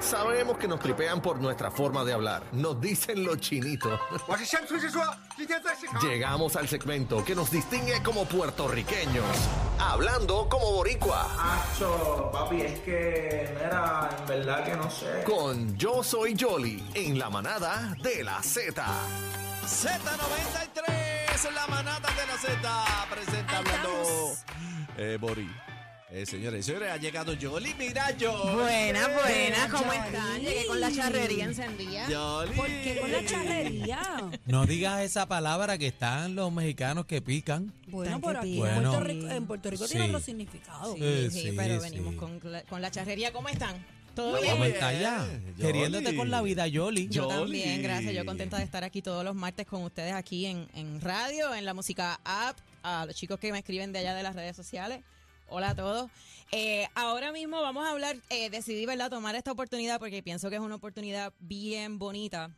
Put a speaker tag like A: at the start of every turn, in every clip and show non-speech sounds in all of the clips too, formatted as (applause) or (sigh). A: Sabemos que nos tripean por nuestra forma de hablar. Nos dicen los chinitos.
B: 我是山村支书，今天在市场。
A: Llegamos al segmento que nos distingue como puertorriqueños. Hablando como boricua.
C: Acho, papi, es que, mira, en verdad que no sé.
A: Con Yo Soy Jolly en la manada de la Z.
D: Z93, la manada de la Z, presenta
E: Ahí
D: hablando.
E: estamos.
D: Eh, Bori. Eh, señores, y señores, ha llegado Yoli Mirayo.
E: Buenas, buenas, Ah, ¿cómo
F: Yoli.
E: están? Llegué con la charrería encendida.
D: Yoli.
F: ¿Por qué con la charrería?
G: No digas esa palabra que están los mexicanos que pican.
F: Bueno,
E: Tan
F: por
E: que
F: aquí
G: pica.
F: en Puerto
G: Bueno,
F: Rico, en Puerto Rico tiene
G: sí.
F: otro significado.
E: Sí,
G: Eh,
E: sí,
G: sí,
E: pero
G: sí.
E: venimos con, la- con la charrería. ¿Cómo están? ¿Todo
D: Muy
E: bien?
G: ¿Cómo está ya?
D: Yoli.
G: Queriéndote con la vida, Yoli.
E: Yo
D: Yoli.
E: también, gracias. Yo contenta de estar aquí todos los martes con ustedes aquí en, en radio, en la música app, a los chicos que me escriben de allá de las redes sociales. Hola a todos. Eh, ahora mismo vamos a hablar, eh, decidí, ¿verdad?, tomar esta oportunidad porque pienso que es una oportunidad bien bonita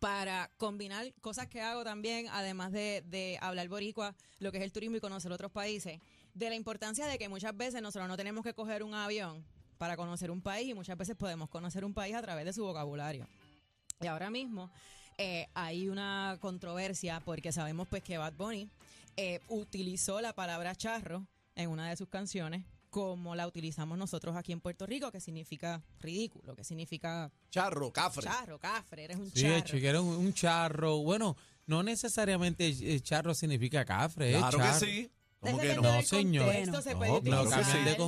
E: para combinar cosas que hago también, además de, de hablar boricua, lo que es el turismo y conocer otros países, de la importancia de que muchas veces nosotros no tenemos que coger un avión para conocer un país y muchas veces podemos conocer un país a través de su vocabulario. Y ahora mismo eh, hay una controversia porque sabemos pues que Bad Bunny eh, utilizó la palabra charro en una de sus canciones como la utilizamos nosotros aquí en Puerto Rico, que significa ridículo, que significa
D: Charro, cafre.
E: charro, cafre, eres un
G: Sí,
E: charro.
G: chiquero, un, un charro. Bueno, no necesariamente eh, charro significa cafre. eh,
D: Claro que
G: charro.
D: sí. ¿Cómo que
E: Dependiendo
D: no?
G: No,
E: del
G: señor.
E: contexto, se
G: No,
E: puede
G: claro
D: utilizar.
G: que sí. de
D: Te dicen, tú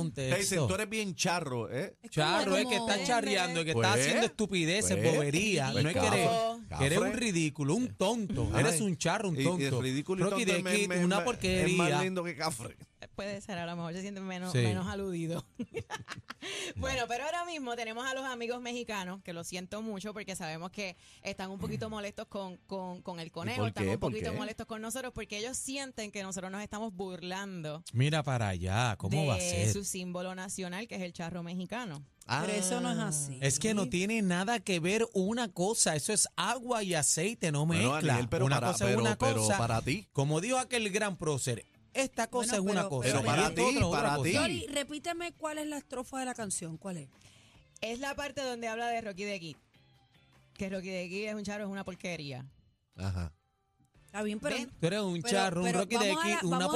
G: contexto.
D: eres bien charro, ¿eh?
G: Charro es que
E: como-
G: está charreando, es que
D: Pues,
G: está haciendo estupideces,
D: pues,
G: bobería.
D: pues,
G: No es que
D: cafre,
G: eres,
D: cafre.
G: que eres un ridículo, un tonto.
D: Ay.
G: Eres un charro, un
D: Y- y
G: tonto.
D: el ridículo y
G: Rocky
D: tonto
G: de
D: es me-
G: Kid,
D: me-
G: una
D: me- Es más
G: porquería.
D: lindo que cafre.
E: Puede ser, a lo mejor se sienten menos,
G: Sí.
E: menos aludidos.
G: (laughs)
E: (laughs) bueno, pero ahora mismo tenemos a los amigos mexicanos, que lo siento mucho porque sabemos que están un poquito molestos con, con, con el conejo,
D: por
E: están
D: qué?
E: un
D: ¿Por
E: poquito
D: qué?
E: molestos con nosotros porque ellos sienten que nosotros nos estamos burlando
G: Mira para allá, ¿cómo
E: de
G: va a ser?
E: su símbolo nacional, que es el charro mexicano.
F: Pero eso no es
D: Ah.
F: así.
G: Es que no tiene nada que ver una cosa, eso es agua y aceite, no
D: Bueno,
G: mezcla.
D: Aniel, pero
G: una
D: para-
G: cosa es
D: pero-
G: una
D: pero
G: cosa.
D: para ti.
G: Como dijo aquel gran prócer, esta cosa
F: Bueno,
G: es una
F: pero-
G: cosa.
F: pero
G: y
F: para
G: esta
D: ti,
G: otra es otra
D: para
G: cosa.
D: ti.
F: Sorry, repíteme cuál es la estrofa de la canción, cuál es.
E: Es la parte donde habla de Rocky de Kid. Que Rocky de Kid es un charro, es una porquería.
D: Ajá.
F: Está bien, pero
E: Ven.
G: Tú eres un
F: pero-
G: charro, un
F: pero
G: rocky de
F: vamos a
G: aquí,
F: la- vamos
G: una
F: a- A la,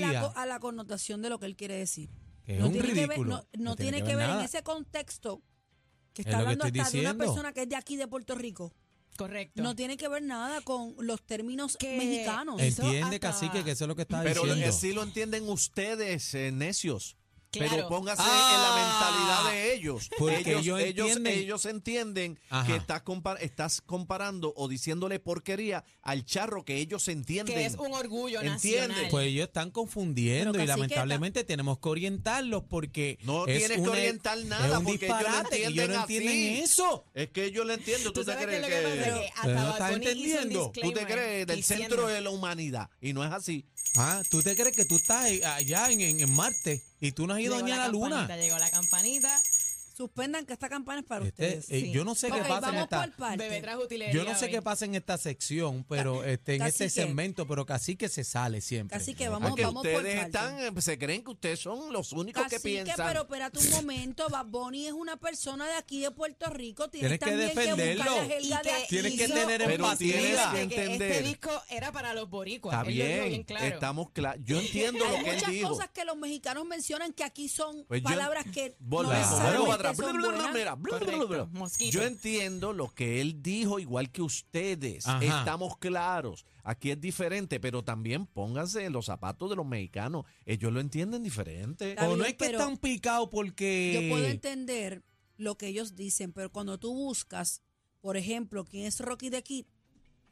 G: porquería.
F: co- a la connotación de lo que él quiere decir.
G: Que es un
F: tiene que ver-
G: ridículo.
F: no- no tiene que ver en
G: nada.
F: ese contexto que
G: Es
F: está
G: lo que
F: hablando
G: estoy
F: hasta de una
G: diciendo.
F: persona que es de aquí, de Puerto Rico.
E: Correcto.
F: No tiene que ver nada con los términos
E: Que-
F: mexicanos.
E: eso
G: Entiende,
E: hasta-
G: cacique, que eso es lo que está
D: Pero
G: diciendo.
D: eh, sí lo entienden ustedes, eh, necios. Pero
E: Claro.
D: póngase
G: Ah,
D: en la mentalidad de ellos.
G: porque
D: ellos,
G: ellos
D: ellos,
G: entienden.
D: ellos entienden
G: Ajá.
D: que estás, compa- estás comparando o diciéndole porquería al charro que ellos entienden.
E: que es un orgullo
D: Entiende.
E: nacional.
G: Pues ellos están confundiendo
F: Pero,
G: y
F: cacique,
G: lamentablemente tenemos que orientarlos porque
D: No
G: es
D: tienes que
G: una-
D: orientar
G: es
D: nada
G: un
D: porque ellos lo
G: disparate que ellos
D: entienden
G: no entienden
D: así.
G: eso.
D: Es que yo lo entiendo. ¿Tú,
E: ¿Tú
D: te
E: sabes qué
D: crees
E: es lo que
D: que,
E: pasa? Que hasta
G: Pero no
E: Bad
G: estás
E: Bunny hizo un
G: entendiendo.
D: tú te
E: disclaimer
D: crees del
E: diciendo-
D: centro de la humanidad y no es así?
G: Ah, ¿tú te crees que tú estás eh, allá en, en- en Marte y tú no has ido
E: Llegó
G: ni a la luna?
E: campanita, Llegó la campanita.
F: Suspendan que esta campana es para
G: Este,
F: ustedes.
G: eh,
E: sí.
G: Yo no sé
F: Ok,
G: qué pasa en
F: vamos
G: esta.
F: por partes.
E: Bebé tras utilería.
G: Yo no sé
E: hoy.
G: qué pasa en esta sección, pero este, en este
F: cacique.
G: segmento, pero casi que se sale siempre.
F: Así que vamos,
D: Porque
F: vamos por
D: ustedes
F: partes.
D: están, eh, se creen que ustedes son los únicos
F: Cacique,
D: que piensan.
F: pero espérate un momento, Bad Bunny es una persona de aquí de Puerto Rico,
G: Tienes
F: tienes,
G: que
F: también
G: defenderlo.
F: que buscar la jerga de
E: que
F: aquí.
G: Tienes que
E: hizo
G: tener
E: un
D: Pero
G: empatía.
D: tienes
E: disclaimer
D: que
E: de que Este
D: entender.
E: disco era para los boricuas.
D: Está
E: pues, Él lo dijo
D: bien,
E: bien claro.
D: estamos claros.
E: (laughs)
D: Yo entiendo lo
F: Hay
D: que él
F: muchas
D: dijo.
F: cosas que los mexicanos mencionan que aquí son
D: Pues yo-
F: palabras que
D: Volvemos,
F: no
D: volvemos para
F: necesariamente
D: atrás. Bla,
F: son
D: bla, bla,
F: buenas.
D: mira, bla, bla, bla,
E: Correcto,
D: bla.
E: mosquito.
D: Yo entiendo lo que él dijo, igual que ustedes.
G: Ajá.
D: Estamos claros. Aquí es diferente, pero también pónganse en los zapatos de los mexicanos. Ellos lo entienden diferente.
F: Está
G: o no
F: bien,
G: es que
F: pero
G: están picados porque.
F: Yo puedo entender lo que ellos dicen, pero cuando tú buscas, por ejemplo, quién es Rocky de Kid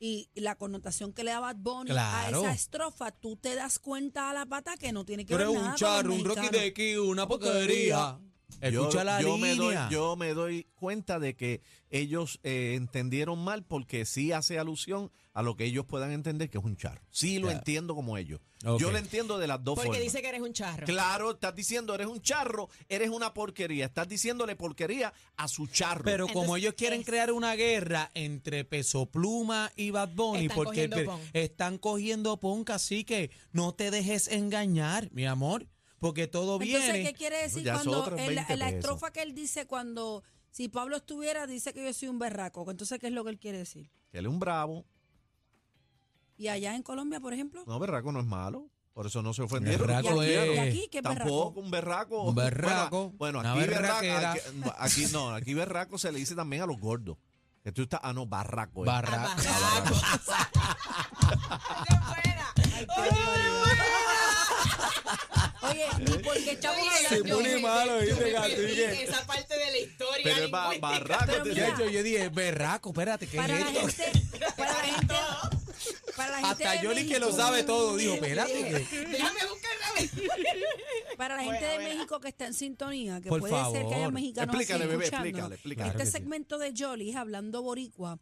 F: y la connotación que le da Bad Bunny
G: Claro.
F: a esa estrofa, tú te das cuenta a la pata que no tiene que
G: Tú eres
F: ver nada
G: un charro,
F: con
G: un
F: los
G: rocky de
F: mexicanos.
G: aquí, una porquería.
F: porquería.
G: Escucha
D: yo,
G: la
D: yo
G: línea.
D: Me doy, yo me doy cuenta de que ellos eh, entendieron mal porque sí hace alusión a lo que ellos puedan entender que es un charro. Sí lo
G: Ya.
D: entiendo como ellos.
G: Ok.
D: Yo lo entiendo de las dos
E: Porque
D: formas.
E: dice que eres un charro. (laughs)
D: Claro, estás diciendo, eres un charro, eres una porquería. Estás diciéndole porquería a su charro.
G: Pero como
E: Entonces,
G: ellos quieren
E: es-
G: crear una guerra entre Peso Pluma y Bad Bunny,
E: Están
G: porque
E: cogiendo pon.
G: están cogiendo pon, así que no te dejes engañar, mi amor. porque todo
F: Entonces,
G: viene. pues
F: ¿qué quiere decir
D: Ya son
F: cuando
D: otros
F: en la,
D: 20
F: en la
D: pesos.
F: estrofa que él dice cuando si Pablo estuviera dice que yo soy un berraco? Entonces, ¿qué es lo que él quiere decir?
D: Que él es un bravo.
F: Y allá en Colombia, por ejemplo,
D: No, berraco no es malo. Por eso no se
G: El
D: ofendieron.
F: Y
G: raco
F: aquí- y
G: Pues, es.
F: aquí- ¿qué es
D: Tampoco
F: berraco?
D: un berraco.
G: Un berraco,
D: Bueno, bueno,
G: una
D: aquí, berraco-
G: berraquera.
D: aquí, aquí no, aquí berraco se le dice también a los gordos. Que tú estás, ah, no, barraco. eh.
G: barra-
F: oye, ¿y por qué estamos
G: Se
F: hablando?
G: pone malo, ¿viste, gato? ¿Viste?
E: Esa parte de la historia.
D: Pero es ba-
E: lingüística.
D: barraco.
F: Pero
D: te-
F: mira,
G: Yo, yo dije, berraco, espérate, ¿qué
F: Para
G: es
F: la
G: esto?
F: gente, para la gente, para la gente
G: Hasta
F: de
G: Yoli que
F: México,
G: lo sabe todo, dijo,
F: (laughs)
G: espérate. que-
E: Déjame buscar la
F: Para la gente de México que está en sintonía, que
G: Por
F: puede ser que haya
G: favor.
F: mexicanos así
D: Explícale, bebé,
F: escuchando.
D: explícale, explícale.
G: Claro que
F: Este
G: sí.
F: segmento de Jolly es hablando boricua.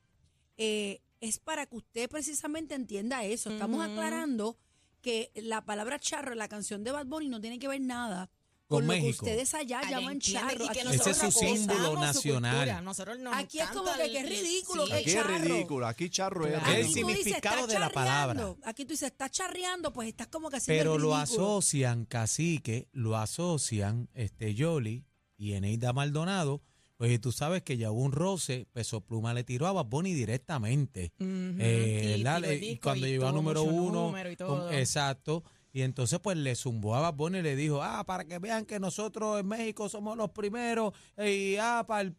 F: eh, es para que usted precisamente entienda eso. Estamos
E: Ujú.
F: aclarando que la palabra charro en la canción de Bad Bunny no tiene que ver nada
G: Con
F: con, lo que
G: México.
F: ustedes allá
E: Allá
F: llaman
E: entienden
F: charro.
E: y que
F: Aquí,
E: nosotros
G: Ese es su
E: respetamos
G: símbolo
E: su
G: nacional.
E: cultura. Nosotros nos
F: Aquí es como
E: encanta
F: que qué
E: el-
F: ridículo,
E: sí.
F: qué
D: Aquí es
F: charro.
D: ridículo. Aquí charro es.
E: Claro.
F: aquí
G: El
F: tú
D: ridículo.
F: dices,
G: significado
F: "Está
G: de la palabra".
F: charreando. Aquí tú dices, está charreando, pues estás como que haciendo
G: Pero
F: el
G: lo
F: ridículo.
G: asocian, cacique, lo asocian este Yoli y Eneida Maldonado. Oye, tú sabes que ya hubo un roce, Peso Pluma le tiró a Bad Bunny directamente.
E: Ujú,
G: Eh,
E: y
G: ¿verdad?
E: tiró el
G: Eh,
E: disco
G: cuando
E: y
G: llegó a
E: tuvo
G: número
E: mucho
G: uno.
E: número y
G: con-
E: todo.
G: exacto. Y entonces pues le zumbó a Bad Bunny y le dijo, ah, para que vean que nosotros en México somos los primeros. Y ah, para el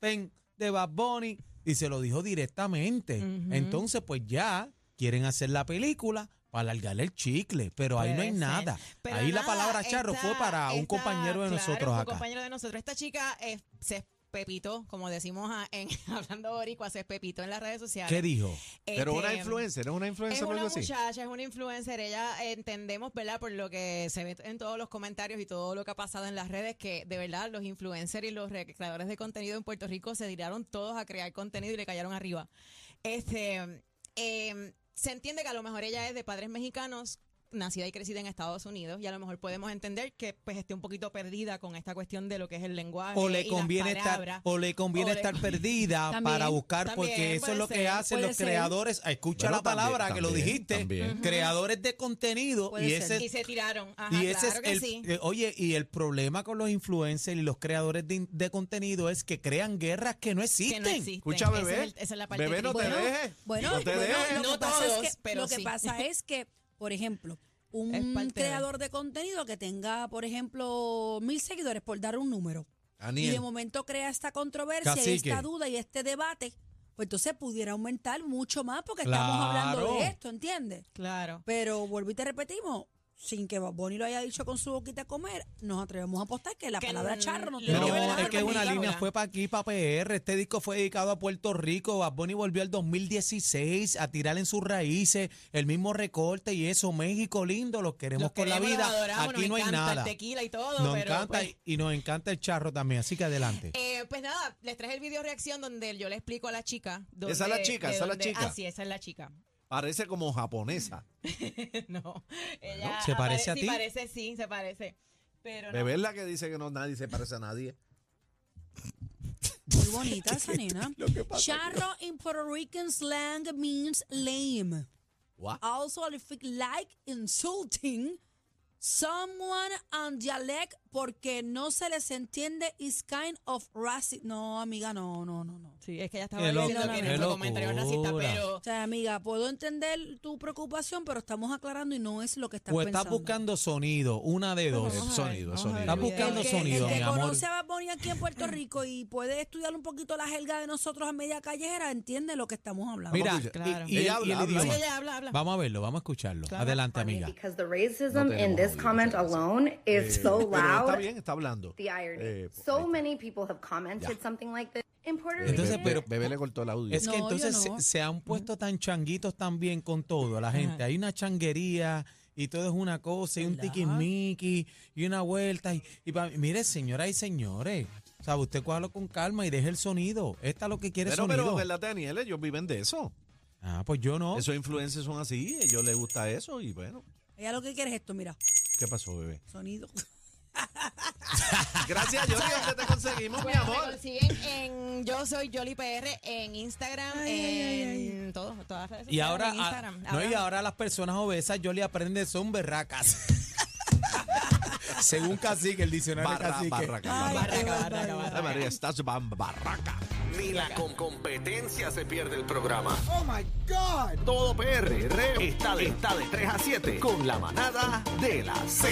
G: pen de Bad Bunny. Y se lo dijo directamente.
E: Ujú.
G: Entonces pues ya quieren hacer la película para alargarle el chicle. Pero ahí no hay
E: Puede ser.
G: nada.
E: Pero
G: ahí la
E: nada,
G: palabra charro fue
E: esta-
G: para un
E: esta-
G: compañero de
E: claro,
G: nosotros
E: Un
G: acá.
E: compañero de nosotros. Esta chica eh, se pepitó, como decimos a- en (laughs) hablando boricua, se pepitó en las redes sociales.
G: ¿Qué dijo?
D: Pero una
E: Este,
D: influencer, es una
E: Es
D: influencer o
E: una
D: algo así.
E: muchacha, es una influencer. Ella eh, entendemos, ¿verdad? Por lo que se ve en todos los comentarios y todo lo que ha pasado en las redes, que de verdad los influencers y los re- creadores de contenido en Puerto Rico se tiraron todos a crear contenido y le cayeron arriba. Este, eh, se entiende que a lo mejor ella es de padres mexicanos nacida y crecida en Estados Unidos y a lo mejor podemos entender que pues esté un poquito perdida con esta cuestión de lo que es el lenguaje
G: o
E: y
G: le
E: las
G: conviene estar
E: palabras.
G: o le conviene
E: O le
G: estar
E: con- (laughs)
G: perdida
F: También,
G: para buscar
E: también,
G: porque eso
E: puede
G: es lo que
E: ser,
G: hacen
F: puede
G: los
F: ser.
G: creadores escucha
D: Bueno,
G: la palabra
D: también,
G: que lo
D: también,
G: dijiste
D: también.
G: creadores de contenido
F: Puede
G: y
F: ser.
G: ese
E: y se tiraron Ajá,
G: y ese
E: claro
G: es
E: que
G: el
E: sí.
G: eh, oye y el problema con los influencers y los creadores de, de contenido es que crean guerras que no
E: que
G: existen
E: no existen.
D: Escucha,
E: Ese es
D: bebé.
E: el- esa es la parte
D: Bebé, no te
E: crítica.
F: Bueno,
D: dejes.
F: Bueno,
D: No te
F: bueno,
D: dejes.
F: lo que
E: No
F: pasa
E: todos,
F: es que,
E: pero
F: lo que
E: sí.
F: pasa es que, por ejemplo,
E: Es
F: un
E: parte de-
F: creador de contenido que tenga, por ejemplo, mil seguidores, por dar un número, y de
D: Daniel.
F: momento crea esta controversia y
G: Cacique.
F: esta duda y este debate, pues entonces pudiera aumentar mucho más porque
G: Claro.
F: estamos hablando de esto, ¿entiendes?
E: Claro.
F: Pero vuelvo y te repetimos, sin que Bad Bunny lo haya dicho con su boquita a comer, nos atrevemos a apostar que la
E: Que
F: palabra
E: no-
F: charro no tiene
G: No,
E: Pero
F: que ver
E: bueno,
F: nada
G: es que es
F: con
G: una
F: México.
G: línea
E: ahora.
G: fue para aquí, para PR. Este disco fue dedicado a Puerto Rico. Bad Bunny volvió al 2016 a tirar en sus raíces el mismo recorte y eso. México lindo, los queremos
E: Los
G: con la
E: queremos,
G: vida.
E: los adoramos,
G: aquí
E: nos
G: no hay
E: encanta
G: nada.
E: El tequila y todo,
G: Nos
E: pero,
G: encanta
E: pues,
G: y nos encanta el charro también. Así que adelante.
E: eh, pues nada, les traje el video reacción donde yo le explico a la chica. donde-
D: Esa es la chica,
E: de
D: esa es la
E: donde-
D: chica.
E: Ah, sí, esa es la chica. (laughs)
D: Parece como japonesa.
E: no. Ella
G: ¿Se parece a
E: apare-
G: ti?
E: Sí, parece, sí, se parece. Pero no.
D: Bebé es la que dice que no nadie se parece a nadie.
F: Muy bonita
G: (laughs)
F: esa nena. Charro in Puerto Rican slang means lame.
D: What?
F: Also, I think like insulting someone on dialect porque no se les entiende is kind of racist. No, amiga, no, no, no, no.
E: Sí, es que ella estaba
G: Qué
E: diciendo
F: loco,
E: que
F: qué
E: nuestro comentario es racista,
G: locura.
E: pero
F: O sea, amiga, puedo entender tu preocupación, pero estamos aclarando y no es lo que estás
G: o estás
F: pensando.
G: buscando sonido, una de dos.
E: vamos a ver,
D: sonido,
E: vamos a
D: sonido.
E: ver
G: Está
E: el video.
G: buscando
F: el que,
G: sonido,
F: el
G: mi
F: que
G: amor.
F: conoce a Bad Bunny aquí en Puerto Rico y puede estudiar un poquito la jerga de nosotros a media callejera, entiende lo que estamos hablando.
G: Mira,
D: Vamos a
E: escuchar.
G: y, y el-
D: Ella
G: y el
D: habla, habla.
E: Sí,
G: idioma.
E: ella habla, habla.
G: Vamos a verlo, vamos a escucharlo. Adelante,
E: Funny,
G: amiga.
H: because the racism
D: No
H: in
D: tenemos
H: this
D: audio,
H: comment
D: muchas gracias.
H: alone is
D: Eh,
H: so
D: Pero está
H: loud.
D: bien, está hablando.
H: The irony.
D: Eh, ahí
H: so
D: está.
H: many people have commented something like this. In Puerto
D: Bebé-
G: Entonces,
H: Rican,
G: pero-
D: Bebé le cortó el audio.
G: Es que
F: No, yo
G: entonces se-
F: no.
G: se, han puesto tan changuitos también con todo, la gente. Hay una changuería y todo es una cosa, y un tiquismiqui, y una vuelta. Y, y pa- mire, señoras y señores, sabe, usted cójalo con calma y deje el sonido. Esta es lo que quiere
D: Pero,
G: sonido.
D: pero, ¿verdad, Daniel? Ellos viven de eso.
G: ah, pues yo no.
D: Esos influencers son así, a ellos les gusta eso y bueno.
F: Ella lo que quiere es esto, mira,
D: ¿Qué pasó, bebé?
F: sonido.
D: Gracias, Jordi, ¿dónde te conseguimos, mi
E: Bueno, Pues, me
D: amor?
E: consiguen en Yo Soy Yoli PR, en Instagram, en todo, todas las redes
G: y
E: sociales,
G: ahora,
E: en
G: ah,
E: Instagram.
G: no, y ahora las personas obesas yo le aprende son berracas. Según Cacique, el diccionario de
D: Barra,
G: Cacique.
D: barraca,
F: Ay,
D: barraca.
E: Barraca, barraca,
D: Ay,
E: barraca.
D: María, estás ban- barraca.
A: Ni la con competencia se pierde el programa. Oh my God. Todo PR está de, está de 3 a 7 con la manada de la C.